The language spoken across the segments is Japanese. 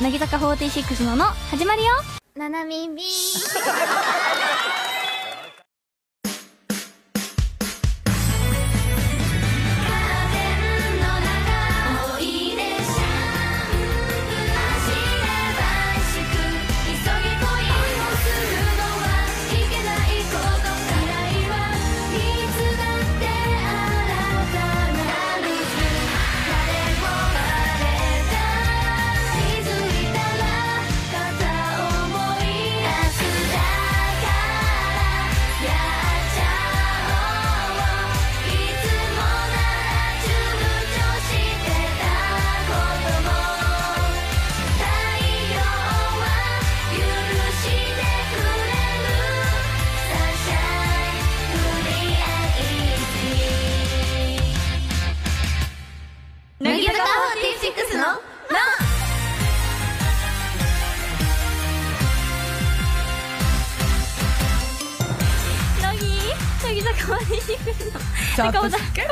乃木坂46のの始まるよななみんび乃木坂46の乃木乃木坂46のちょっと中本しっかりしてよ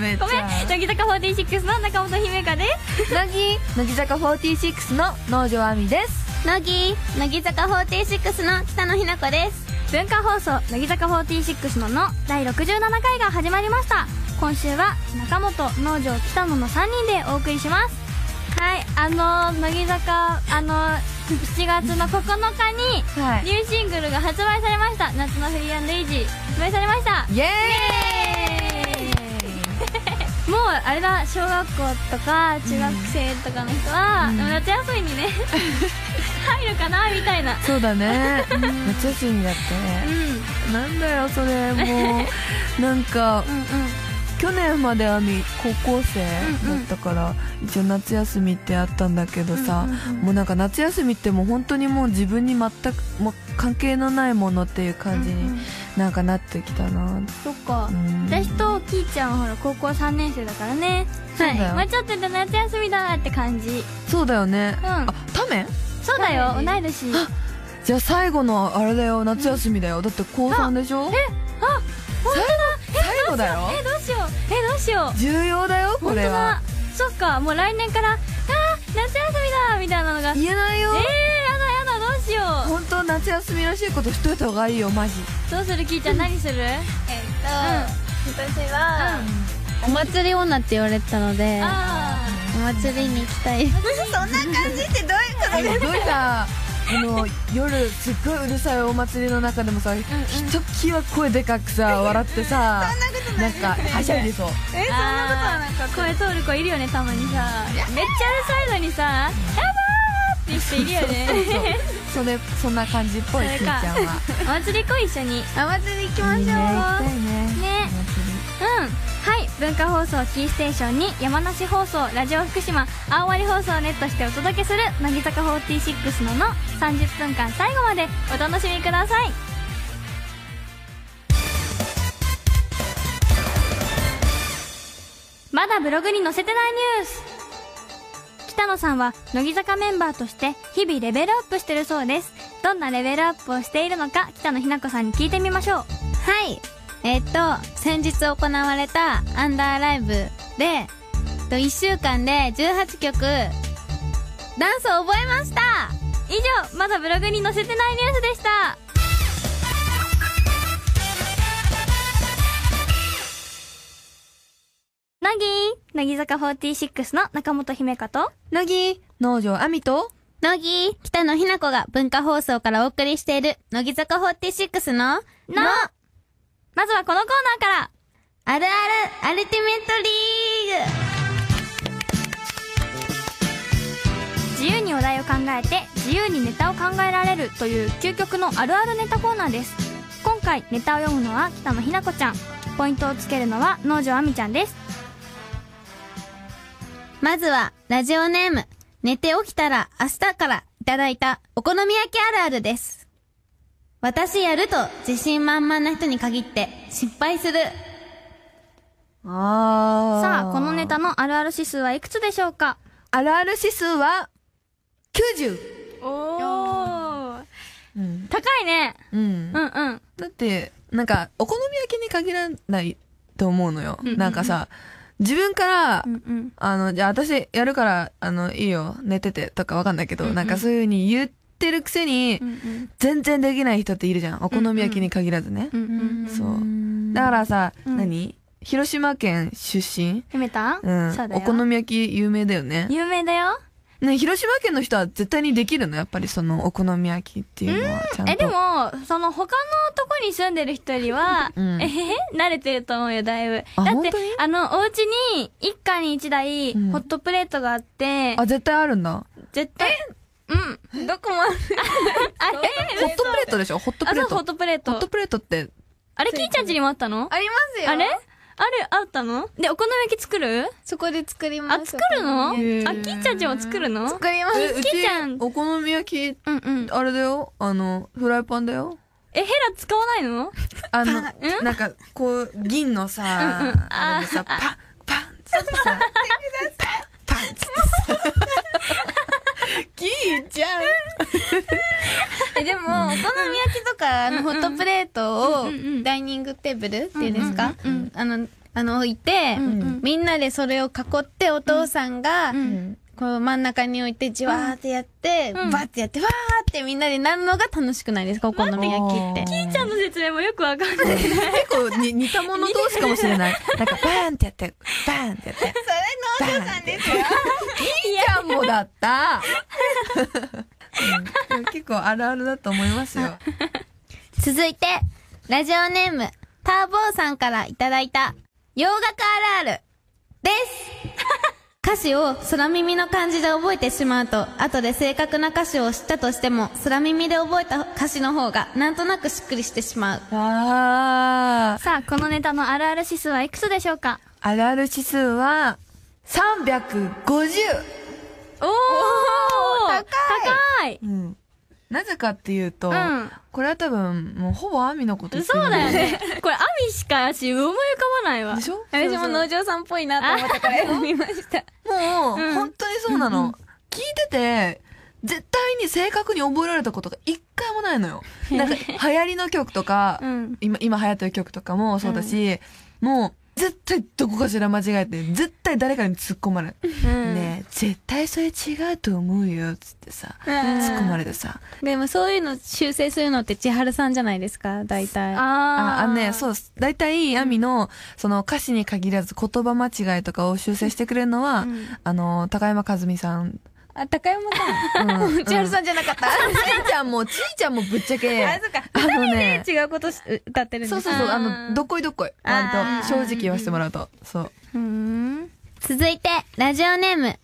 めっちごゃめん乃木坂46の中本姫香です乃木乃木坂46の農場亜美です乃木乃木坂46の北野日向子です文化放送乃木坂46のの第67回が始まりました今週は中本農場北野の3人でお送りしますはいあの乃木坂あの7月の9日にはいニューシングルが発売されました夏のフリーアンドイージー発売されましたイエイエもうあれだ小学校とか中学生とかの人は、うん夏休みに ね入るかなみたいなーイそうだね夏休みだってうんうんうんなんだよそれもうなんか去年まで亜美高校生うんうだんったから、一応夏休みってあったんだけどさ、うんうんうんもうなんか夏休みってもう本当にもう自分に全くもう関係のないものっていう感じうんうにんなんかなってきたなそっか、うん私とキイちゃんはほら高校3年生だからねそうだよはい、もうちょっとで夏休みだって感じそうだよね、うんあタメそうだよ同そういだ年じゃあ最後のあれだよ夏休みだよ、だって高3でしょあ本最後だよ当だえどうしようえどうしよう重要だよこ本当れはだそっかもう来年からあー夏休みだみたいなのがえー、言えないよ、やだやだどうしよう本当夏休みらしいことしといた方がいいよマジどうするキイちゃん何するえっと、私は、お祭り女って言われてたのであお祭りに行きたいそんな感じってどうすごいさあの夜すっごいうるさいお祭りの中でもさ、ひときわ声でかくさ笑ってさそんなことないなんかはしゃいでそうえそんなことはなんかった声通る子いるよねたまにさめっちゃうるさいのにさ「やだー!」って人いるよねそれそんな感じっぽいそれすーちかゃんは お祭り行こう一緒にお祭り行きまいいね行きしょたいねねうんはい文化放送キーステーションに山梨放送ラジオ福島青森放送をネットしてお届けする乃木坂46のの30分間最後までお楽しみくださいまだブログに載せてないニュース北野さんは乃木坂メンバーとして日々レベルアップしてるそうですどんなレベルアップをしているのか北野日向子さんに聞いてみましょううはいえっと先日行われたアンダーライブでえっと1週間で18曲ダンスを覚えました以上まだブログに載せてないニュースでした乃木乃木坂46の中本姫香と乃木農場あみと乃木北野日向子が文化放送からお送りしている乃木坂46ののまずはこのコーナーからあるあるアルティメットリーグ自由にお題を考えて自由にネタを考えられるという究極のあるあるネタコーナーです今回ネタを読むのは北野日な子ちゃんポイントをつけるのは農場あみちゃんですまずは、ラジオネーム、寝て起きたら明日からいただいたお好み焼きあるあるです。私やると自信満々な人に限って失敗する。あーさあこのネタのあるある指数はいくつでしょうかあるある指数は90おおうん、高いねうんうんうんだってなんかお好み焼きに限らないと思うのよ、うんうんなんかさ自分から、うんうんあの、じゃあ私やるから、あの、いいよ、寝ててとかわかんないけど、なんかそういう風に言ってるくせにう、ん全然できない人っているじゃん。お好み焼きに限らずねうんう。んそううだからさ、うん何広島県出身決めたうんそう。だおよ好み焼き有名だよね。有名だよね、広島県の人は絶対にできるのやっぱりそのお好み焼きっていうのはちゃんと。えでもその他のとこに住んでる人よりは、うん えへへ慣れてると思うよだいぶあだっ本て当にあのお家に一家に一台うんホットプレートがあって、あ、絶対あるんだ。絶対うんどこもある あえホットプレートでしょホットプあレそうート。ホッホトプレートットプレートって、あれキーちゃんちにもあったのありますよあれあれあったのでお好み焼き作るそこで作りまあす作るのあキへーーちゃんちも作るの作りますえ、うちきちゃんお好み焼き、うんうんあれだよあの、フライパンだよえヘラ使わないのあの、なんか、こう、銀のうんうさん、あれでさ、パン、パンつってさ、パン、パンつってさ、キーちゃんえでもお好み焼きとかあのホットプレートをうんうんダイニングテーブルっていうんですかうんうんうんあのあの置いてうんうんみんなでそれを囲ってお父さんがうんこう真ん中に置いてじわーってやってうんバッてやってわーってみんなでなるのが楽しくないですかお好み焼きってキーちゃんの説明もよくわかんない結構に似た者同士かもしれない。なんか、バーンってやって、バーンってやって。それ農家さんですよ。いいちゃんもだった。うん結構あるあるだと思いますよ。続いて、ラジオネーム、ターボーさんからいただいた、洋楽あるあるです。 歌詞を空耳の漢字で覚えてしまうと、後で正確な歌詞を知ったとしても、空耳で覚えた歌詞の方がなんとなくしっくりしてしまう。あー、さあこのネタのあるある指数はいくつでしょうかあるある指数は、350! おお高い高いうん。なぜかっていうと、うんこれは多分、もうほぼアミのこと言ってるそうだよね。これ、アミしかし、思い浮かばないわ。でしょ私も農場さんっぽいなと思 ったから読みましたもう、うん本当にそうなの。聞いてて、絶対に正確に覚えられたことが一回もないのよ。なんか、流行りの曲とか、うん今、今流行ってる曲とかもそうだし、もう、絶対どこかしら間違えて、絶対誰かに突っ込まれる。うんねえ、絶対それ違うと思うよ、つってさ、突っ込まれてさ。でもそういうの修正するのって千春さんじゃないですか大体ああ、ーあのね、そう、大体、アミの、その歌詞に限らず言葉間違いとかを修正してくれるのは、んあの、高山和美さん。あ高山うんさん 千春さんじゃなかったちいちゃんも、ちいちゃんもぶ っちゃけ。あ、そうか。あのね、 違うことし歌ってるんですそうねそうそう、ああーの、どっこいどっこい。あーあと、正直言わせてもらうと。そう。うーん。続いて、ラジオネーム、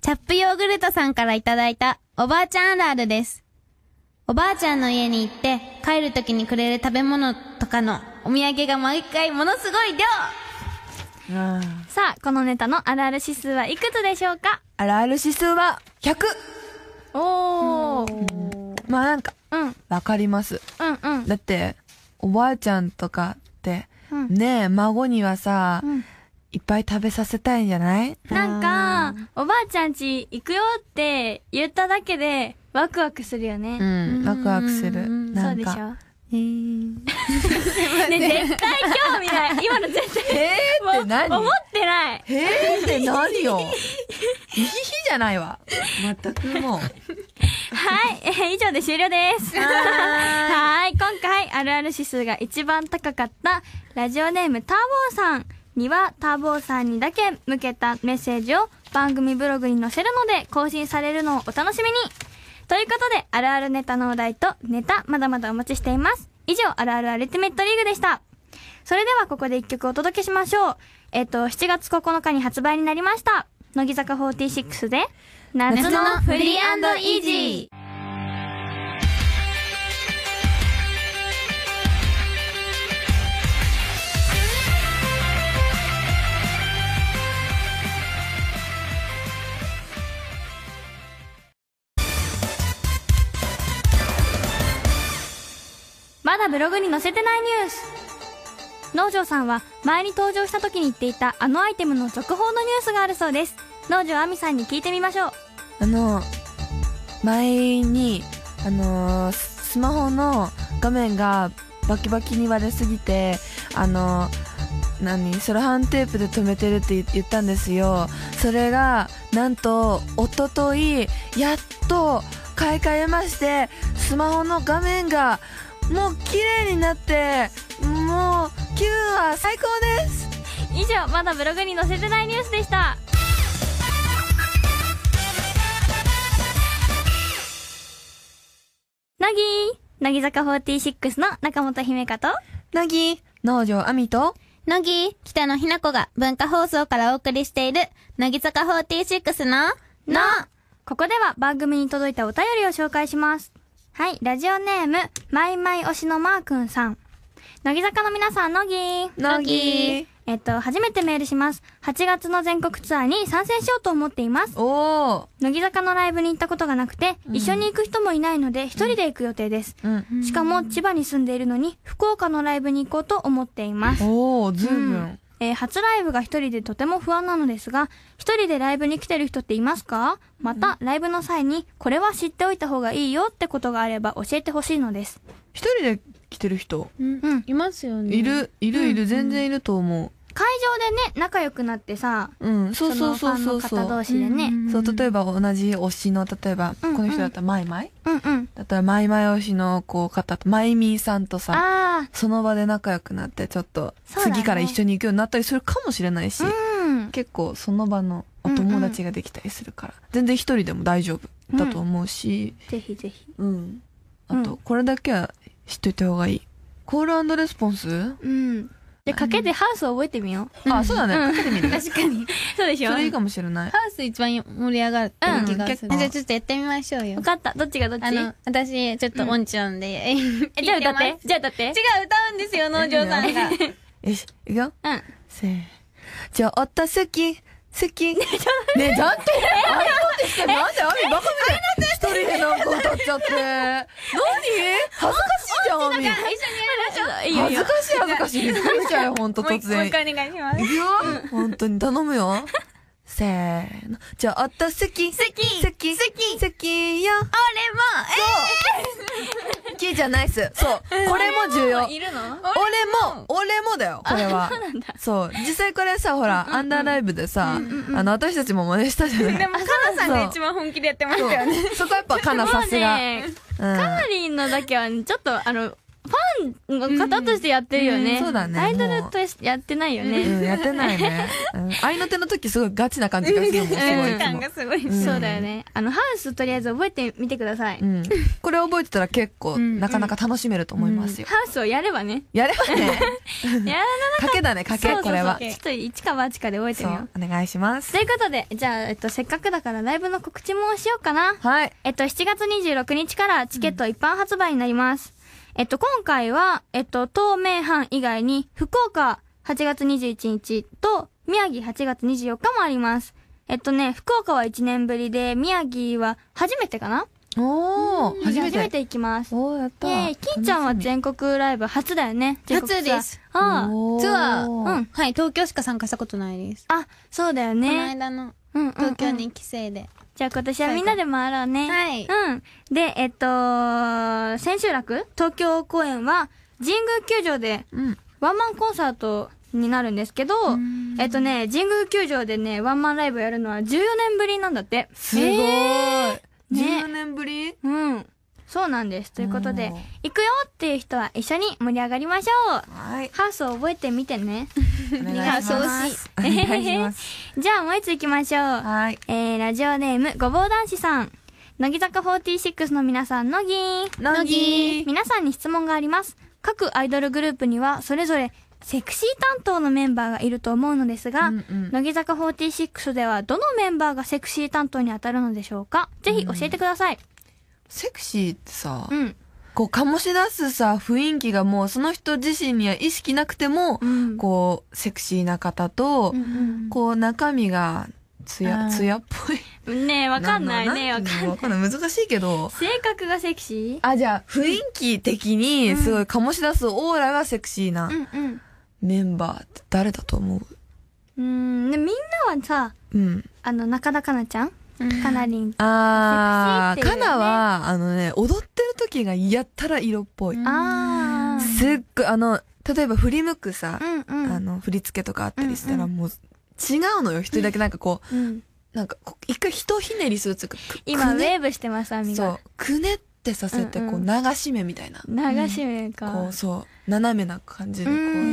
チャップヨーグルトさんからいただいた、おばあちゃんあるあるです。おばあちゃんの家に行って、帰る時にくれる食べ物とかのお土産が毎回ものすごい量あさあ、このネタのあるある指数はいくつでしょうかるある指数は、100! おお。うん、まあなんか、うん、うん。わかります。だって、おばあちゃんとかって、うんねえ、孫にはさ、うんいっぱい食べさせたいんじゃないなんか、おばあちゃんち行くよって言っただけで、ワクワクするようね。ん、ワクワクする。そなうんでしょか。。 ね、絶対興味ない。今の絶対。 えーって何もう思ってない。へえーって何よ。いひひじゃないわ。まったくもはう。い、えー以上で終了です。はい、今回あるある指数が一番高かったラジオネームターボーさんにはターボーさんにだけ向けたメッセージを番組ブログに載せるので更新されるのをお楽しみに。ということで、あるあるネタのお題とネタまだまだお待ちしています。以上、あるあるアルティメットリーグでした。それではここで一曲お届けしましょう。えっ、と、7月9日に発売になりました。乃木坂46で、夏のフリーイージー。まだブログに載せてないニュース農場さんは前に登場した時に言っていたあのアイテムの続報のニュースがあるそうです農場あみさんに聞いてみましょうあの、前に、あのーススマホの画面がバキバキに割れすぎて、あのー何セロハンテープで止めてるって言ったんですよそれがなんと一昨日やっと買い替えましてスマホの画面がもう綺麗になってもうキューは最高です以上まだブログに載せてないニュースでした乃木乃木坂46の中本姫香となぎ農場あみと乃木、北野ひな子が文化放送からお送りしている、乃木坂46の、の、ここでは番組に届いたお便りを紹介します。はい、ラジオネーム、まいまい推しのマーくんさん。乃木坂の皆さん、乃木乃木えっと、初めてメールします。8月の全国ツアーに参戦しようと思っています。おお乃木坂のライブに行ったことがなくて、一緒に行く人もいないので、一人で行く予定です。うんしかも、千葉に住んでいるのに、福岡のライブに行こうと思っています。おおずいぶうんんえー初ライブが一人でとても不安なのですが、一人でライブに来てる人っていますかまた、ライブの際に、これは知っておいた方がいいよってことがあれば教えてほしいのです。一人で来てる人うん。いますよねいるいるいる全然いると思会場でね、仲良くなってさ、ううんそうそうそうそそのうそファンの方同う士でね。そう例えば同じ推しの例えばうんうんこの人だったらマイマイうんうん。だったらマイマイ推しのこう方とマイミーさんとさあその場で仲良くなってちょっとそうだね次から一緒に行くようになったりするかもしれないしあ、うん。結構その場のお友達ができたりするから、全然一人でも大丈夫だと思うし、ぜひぜひ。うん、あうんとこれだけは知っといた方がいいコールレスポンス、うん。じゃあ、かけてハウスを覚えてみよう。あそうだねかけてみる確かにそうでしょそれいいかもしれないハウス一番盛り上がってる気がする、うんじゃあちょっとやってみましょうよ分かった。どっちがどっちあの私ちょっと音痴なんで、ええ、じゃあ歌って。じゃあ歌って違。う歌うんですよ農場さんがよしいくよ うん。せーちょっと好き好きねえちゃんとあんなことしてなんであみバカみたい一人でなんか歌っちゃって何恥ずかしいじゃんあみいいよいい恥よず。かしい恥ずかしいびっくりしちゃうよほんともう一突もう然一回お願いしますいくよ本当に頼むよ。せーの。じゃあ、あた好き。好き。好き。好き。好きよ。俺も。そう。キーちゃんナイス。そう。これも重要。いるの俺も、俺もだよ、これは。そう。実際これさ、ほら、アンダーライブでさ、あの、私たちも真似したじゃなでい。もカナさんが一番本気でやってましたそよねうそこはやっぱ、かなさすが。ねうカんナリンのだけはねちょっとあのファンの方としてやってるよね、うんそうだねアイドルとしてやってないよね、うん、やってないね。うん合いの手の時すごいガチな感じがするもん、すごいい時つ間も。がすごい、んそうだよねあのハウスとりあえず覚えてみてください、うん、これ覚えてたら結構んなかなか楽しめると思いますよ。ハウスをやれば ねやればね、やら賭けだね、賭け、なこれはち。ょっと一か八かで覚えてそみようう、お願いしますと。いうことでじゃあ、えっと、せっかくだからライブの告知もしようかなはい。えっと、7月26日からチケット一般発売になります。えっと、今回は、えっと、東名阪以外に、福岡8月21日と、宮城8月24日もあります。えっとね、福岡は1年ぶりで、宮城は初めてかなおー、初め初めて。て行きます。おー、やっでた。、金ちゃんは全国ライブ初だよね全国ツアー初ですああ。おーツアーうん。はい東京しか参加したことないです、あ、そうだよこのね。間のうんうんうん東京に帰省で、じゃあ今年はみんなで回ろうね。はいうん。で、えっと、千秋楽東京公演は、神宮球場でうん。ワンマンコンサートになるんですけど、えっとね、神宮球場でね、ワンマンライブやるのは14年ぶりなんだって。すごい。ね14年ぶりうん。そうなんです。ということでおー、行くよっていう人は一緒に盛り上がりましょう。はい。ハウスを覚えてみて ね。お願いします。 お願いします願いします。じゃあもう一つ行きましょう。はい。えー、ラジオネーム、ごぼう男子さん。乃木坂46の皆さん、乃木乃木皆さんに質問があります。各アイドルグループには、それぞれ、セクシー担当のメンバーがいると思うのですが、うんうん乃木坂46では、どのメンバーがセクシー担当に当たるのでしょうかぜひ教えてください。セクシーってさう、ん。こう醸し出すさ、雰囲気がもうその人自身には意識なくてもうん、こう、セクシーな方と、こう中身が、つあや、ーつやっぽい。ねえ、わかんないね、わかんない。わかんない。難しいけど。性格がセクシあ、じゃあ、雰囲気的に、すごい醸し出すオーラがセクシーなーうんメンバーって誰だと思ううん。うん、でみんなはさ、うん。あの、中田かなちゃん、かなりん。あセー、クシーっていカうねナは、あのね、踊ってる時がやったら色っぽい。あー。すっごい、あの、例えば振り向くさ、うんうあんの振り付けとかあったりしたうんらもう違うのよ一人だけなんかこう、うんなんかこう一回ひとひねりするつうかく今くウェねーブしてますアミそがうくねってさせてうんこううん流し目みたいな、流し目かこうそう斜めな感じでこう、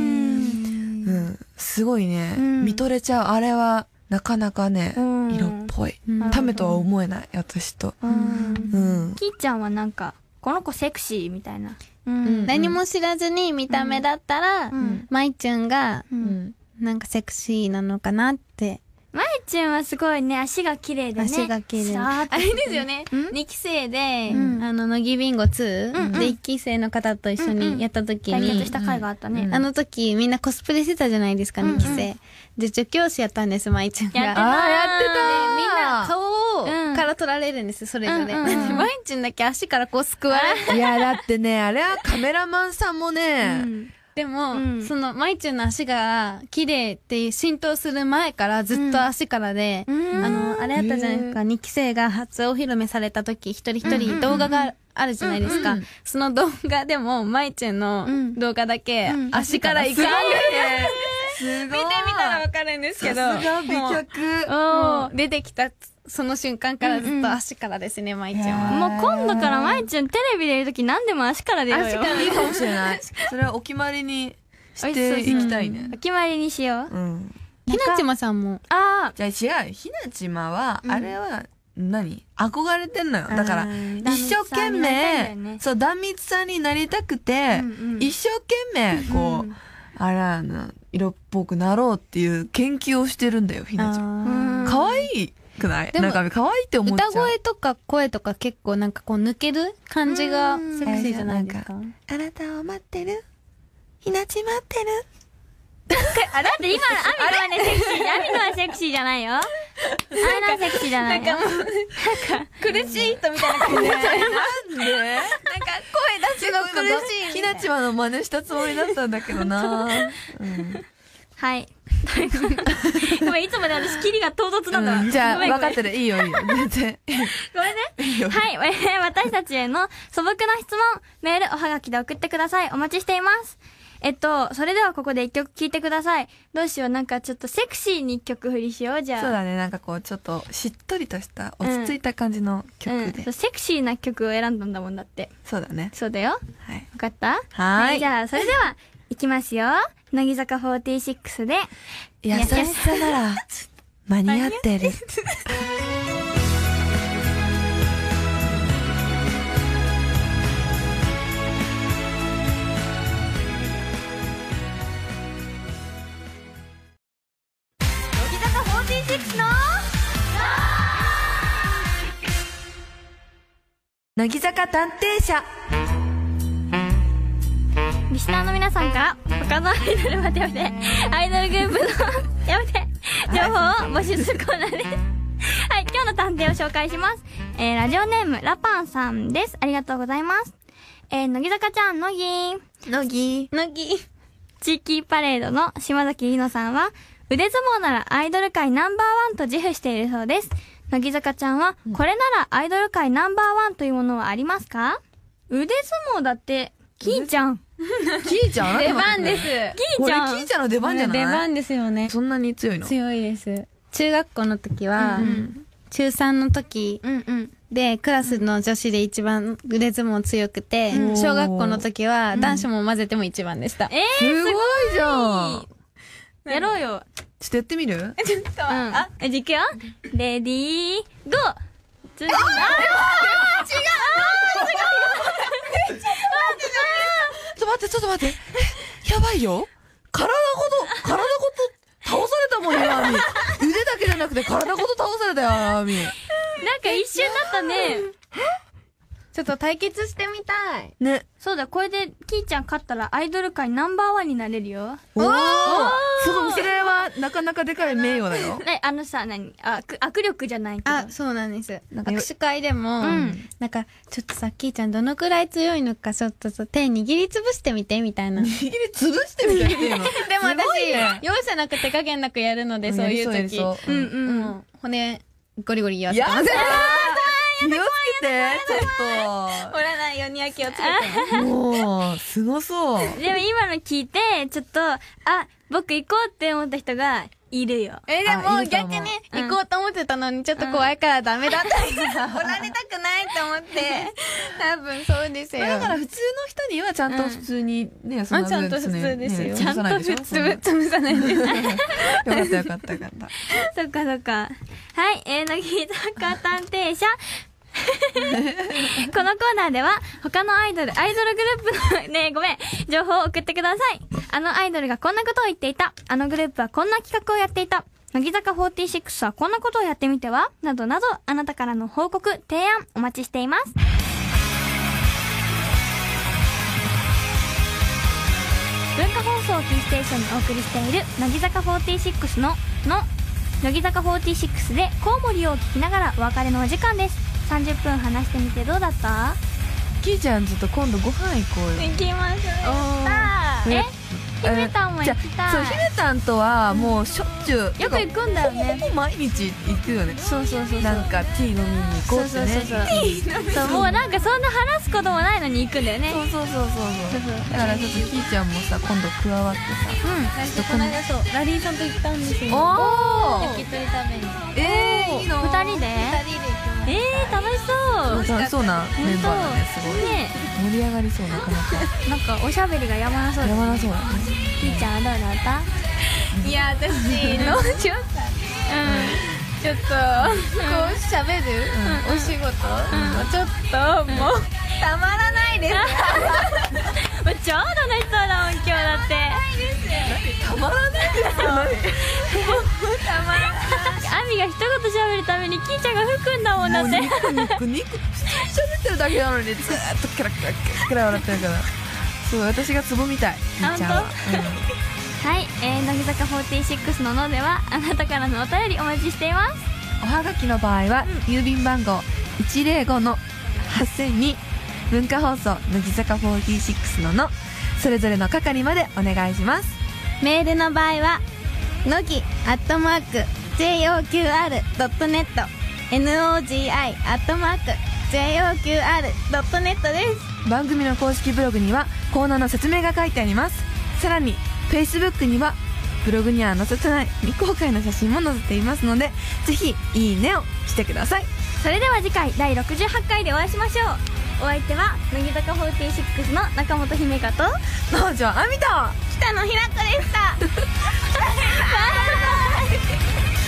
うんうん、すごいね、うん見とれちゃうあれはなかなかね、うん色っぽいんためとは思えない私とうんうんきーちゃんはなんかこの子セクシーみたいなうんん何も知らずに見た目だったら、うんまいちゅんが、ううんんなんかセクシーなのかなって。まいちゅんはすごいね足が綺麗でね足が綺麗さーっとあれですよね。うん2期生で、うんあの、乃木ビンゴ2、うんうんで、1期生の方と一緒にやった時対に、決した回があったねうんあの時みんなコスプレしてたじゃないですか、うんうん2期生。で、助教師やったんです、舞ちゃんが。やってあたで、ーやってたみんな顔を、うんから取られるんです、それぞれ。うんうんうんで 舞ちゃんだけ足からこう救われて。 いやだってねあれはカメラマンさんもね、うんでも、うんその、舞ちゃんの足が綺麗って浸透する前からずっと足からで、うんあの、あれあったじゃないですか、2期生が初お披露目された時、一人一人動画があるじゃないですか。その動画でも、まいちゅんのうん動画だけうん、足から行く。すご見いてみたらわかるんですけど、さすが美もう脚もう出てきたその瞬間からずっと足からですね、まいちゅんは。もう今度からまいちゅんテレビ出るとき何でも足から出ようよ足からいいかもしれないそれはお決まりにしていきたいねお決まりにしよううんひなちまさんも。ああじゃあ違うひなちまは、あれは何憧れてんのよだからうん一生懸壇蜜さんになりたいんだよ命ねそう壇蜜さんになりたくて、うんうん一生懸命こう、あらの色っぽくなろうっていう研究をしてるんだよひなちゃんうん可愛いくないでも中身可愛いって思っちゃ歌う声とか声とか結構なんかこう抜ける感じがうんセクシーじゃないですか。あなたを待ってるひなち待ってるあだ って今アミのはねセクシーアミのはセクシーじゃないよあれはセクシーじゃないよ苦しい人みたいな感じ。なんかなんで声出すの苦しい。ひなちまの真似したつもりだったんだけどな、うんはい ごめんいつもね私キリが唐突なんだわうんじゃあごめんごめん分かってるいいよいいよ全然ごめんねいいよはい、 えー私たちへの素朴な質問、メール、おはがきで送ってください。お待ちしています。えっと、それではここで一曲聴いてください。どうしよう、なんかちょっとセクシーに一曲振りしよう、じゃあ。そうだねなんかこうちょっとしっとりとした落ち着いた感じの曲うんで、そうセクシーな曲を選んだんだもんだって。そうだねそうだよ。わはいかったはーいじゃあ、それでは、いきますよ。乃木坂46で、優しさなら間に合ってる乃木坂46の乃木坂探偵社リスナーの皆さんから他のアイドルまでまで アイドルグループのやめて情報を募集するコーナーです はい今日の探偵を紹介します、えー、ラジオネームラパンさんですありがとうございますえー、乃木坂ちゃん乃木乃木のぎ。地域パレードの島崎里乃さんは、腕相撲ならアイドル界ナンバーワンと自負しているそうです。乃木坂ちゃんは、これならアイドル界ナンバーワンというものはありますか腕相撲だって、金ちゃん。キーちゃん出番です。キーちゃん俺キーちゃんの出番じゃない出番ですよね。そんなに強いの強いです。中学校の時は、ん中3の時うんうん。で、クラスの女子で一番腕相撲強くて、うん小学校の時は男子も混ぜても一番でした。えすごいじゃんー、やろうよ。ちょっとやってみるちょっと、うん。あ、え、じゃあいくよ。レディー、ゴーつあちょっと待ってちょっと待ってえやばいよ体ごと体ごと倒されたもんよアーミー腕だけじゃなくて体ごと倒されたよアーミーなんか一瞬だったね。ちょっと対決してみたい。ねそうだ、これで、キーちゃん勝ったらアイドル界ナンバーワンになれるよ。おおすごいそれはなかなかでかい名誉だよね、あのさ、何あ、握握力じゃないけど。あ、そうなんです。なんかよ握手会でも、んなんか、ちょっとさ、キーちゃんどのくらい強いのか、ちょっとさ手握りつぶしてみて、みたいな。でも握り潰してみたい な私、容赦なく手加減なくやるので、そういう時。ううんんうん。もう骨、ゴリゴリやってやだます。ー気をつけて、ち折らないようには気をつけてね。ょっと。もう、すごそう。でも今の聞いて、ちょっと、あ、僕行こうって思った人がいるよ。え、であもいると逆思うにうん行こうと思ってたのにちょっと怖いからダメ だった。折られたくないと思 って。多分そうですよ。だから普通の人にはちゃんと普通にね、そんなあちゃんと普通ですよ。ねちゃんと潰さないでしょ普通、潰さ ないで。そんなよかったよかったよかった。 そっかそっか。はい、えー、乃木坂探偵社。 このコーナーでは、他のアイドル、アイドルグループの、ね えごめん、情報を送ってください。あのアイドルがこんなことを言っていた。あのグループはこんな企画をやっていた。乃木坂46はこんなことをやってみてはなどなど、あなたからの報告、提案、お待ちしています。文化放送をキーステーションにお送りしている乃木坂46の「の」乃木坂46でコウモリを聞きながらお別れのお時間です30分話してみてどうだったキーちゃんちょっと今度ご飯行こうよ。行きます。あええ姫たんも行きたいそう、ひめたんとはもうしょっちゅう。よく行くんだよほねぼ毎日行くよね。そうそうそう。なんかティー飲みに行こうってね。そうそうそうもうなんかそんな話すこともないのに行くんだよねそうそうそうそうだからちょっとキーちゃんもさ今度加わってさ私この間そう、ラリーさんと行ったんですよ。お焼き鳥食べに。えー、いいの2人で二人で行きまえー、楽しそう楽しそうなメンバーだねすごいね盛り上がりそうなかなかなんかおしゃべりがやまなそうだやねばなそうだねひーちゃんはどうだったす。いや、私、農場さん。うん。ちょっと、こう喋るお仕事ちょっと、もう、たまらないです。もう超楽しそうだもん今日だってたまらないですよたま らない。アミが一言しゃべるためにキーちゃんが吹くんだもんだもっうてニコニコニコ普通に喋ってるだけなのにずーっとキラキラキラキラ笑ってるからそう私がツボみたいキーちゃんは本はい、えー、乃木坂46ののではあなたからのお便りお待ちしていますおはがきの場合は、郵便番号105の8002文化放送乃木坂46ののそれぞれの係までお願いしますメールの場合はのぎアットマーク JOQR.net NOGI アットマーク JOQR.net です番組の公式ブログにはコーナーの説明が書いてありますさらに Facebook にはブログには載せてない未公開の写真も載せていますのでぜひいいねをしてくださいそれでは次回第68回でお会いしましょうお相手は乃木坂46の中本姫香と農場アミタ 北野ひらこでした。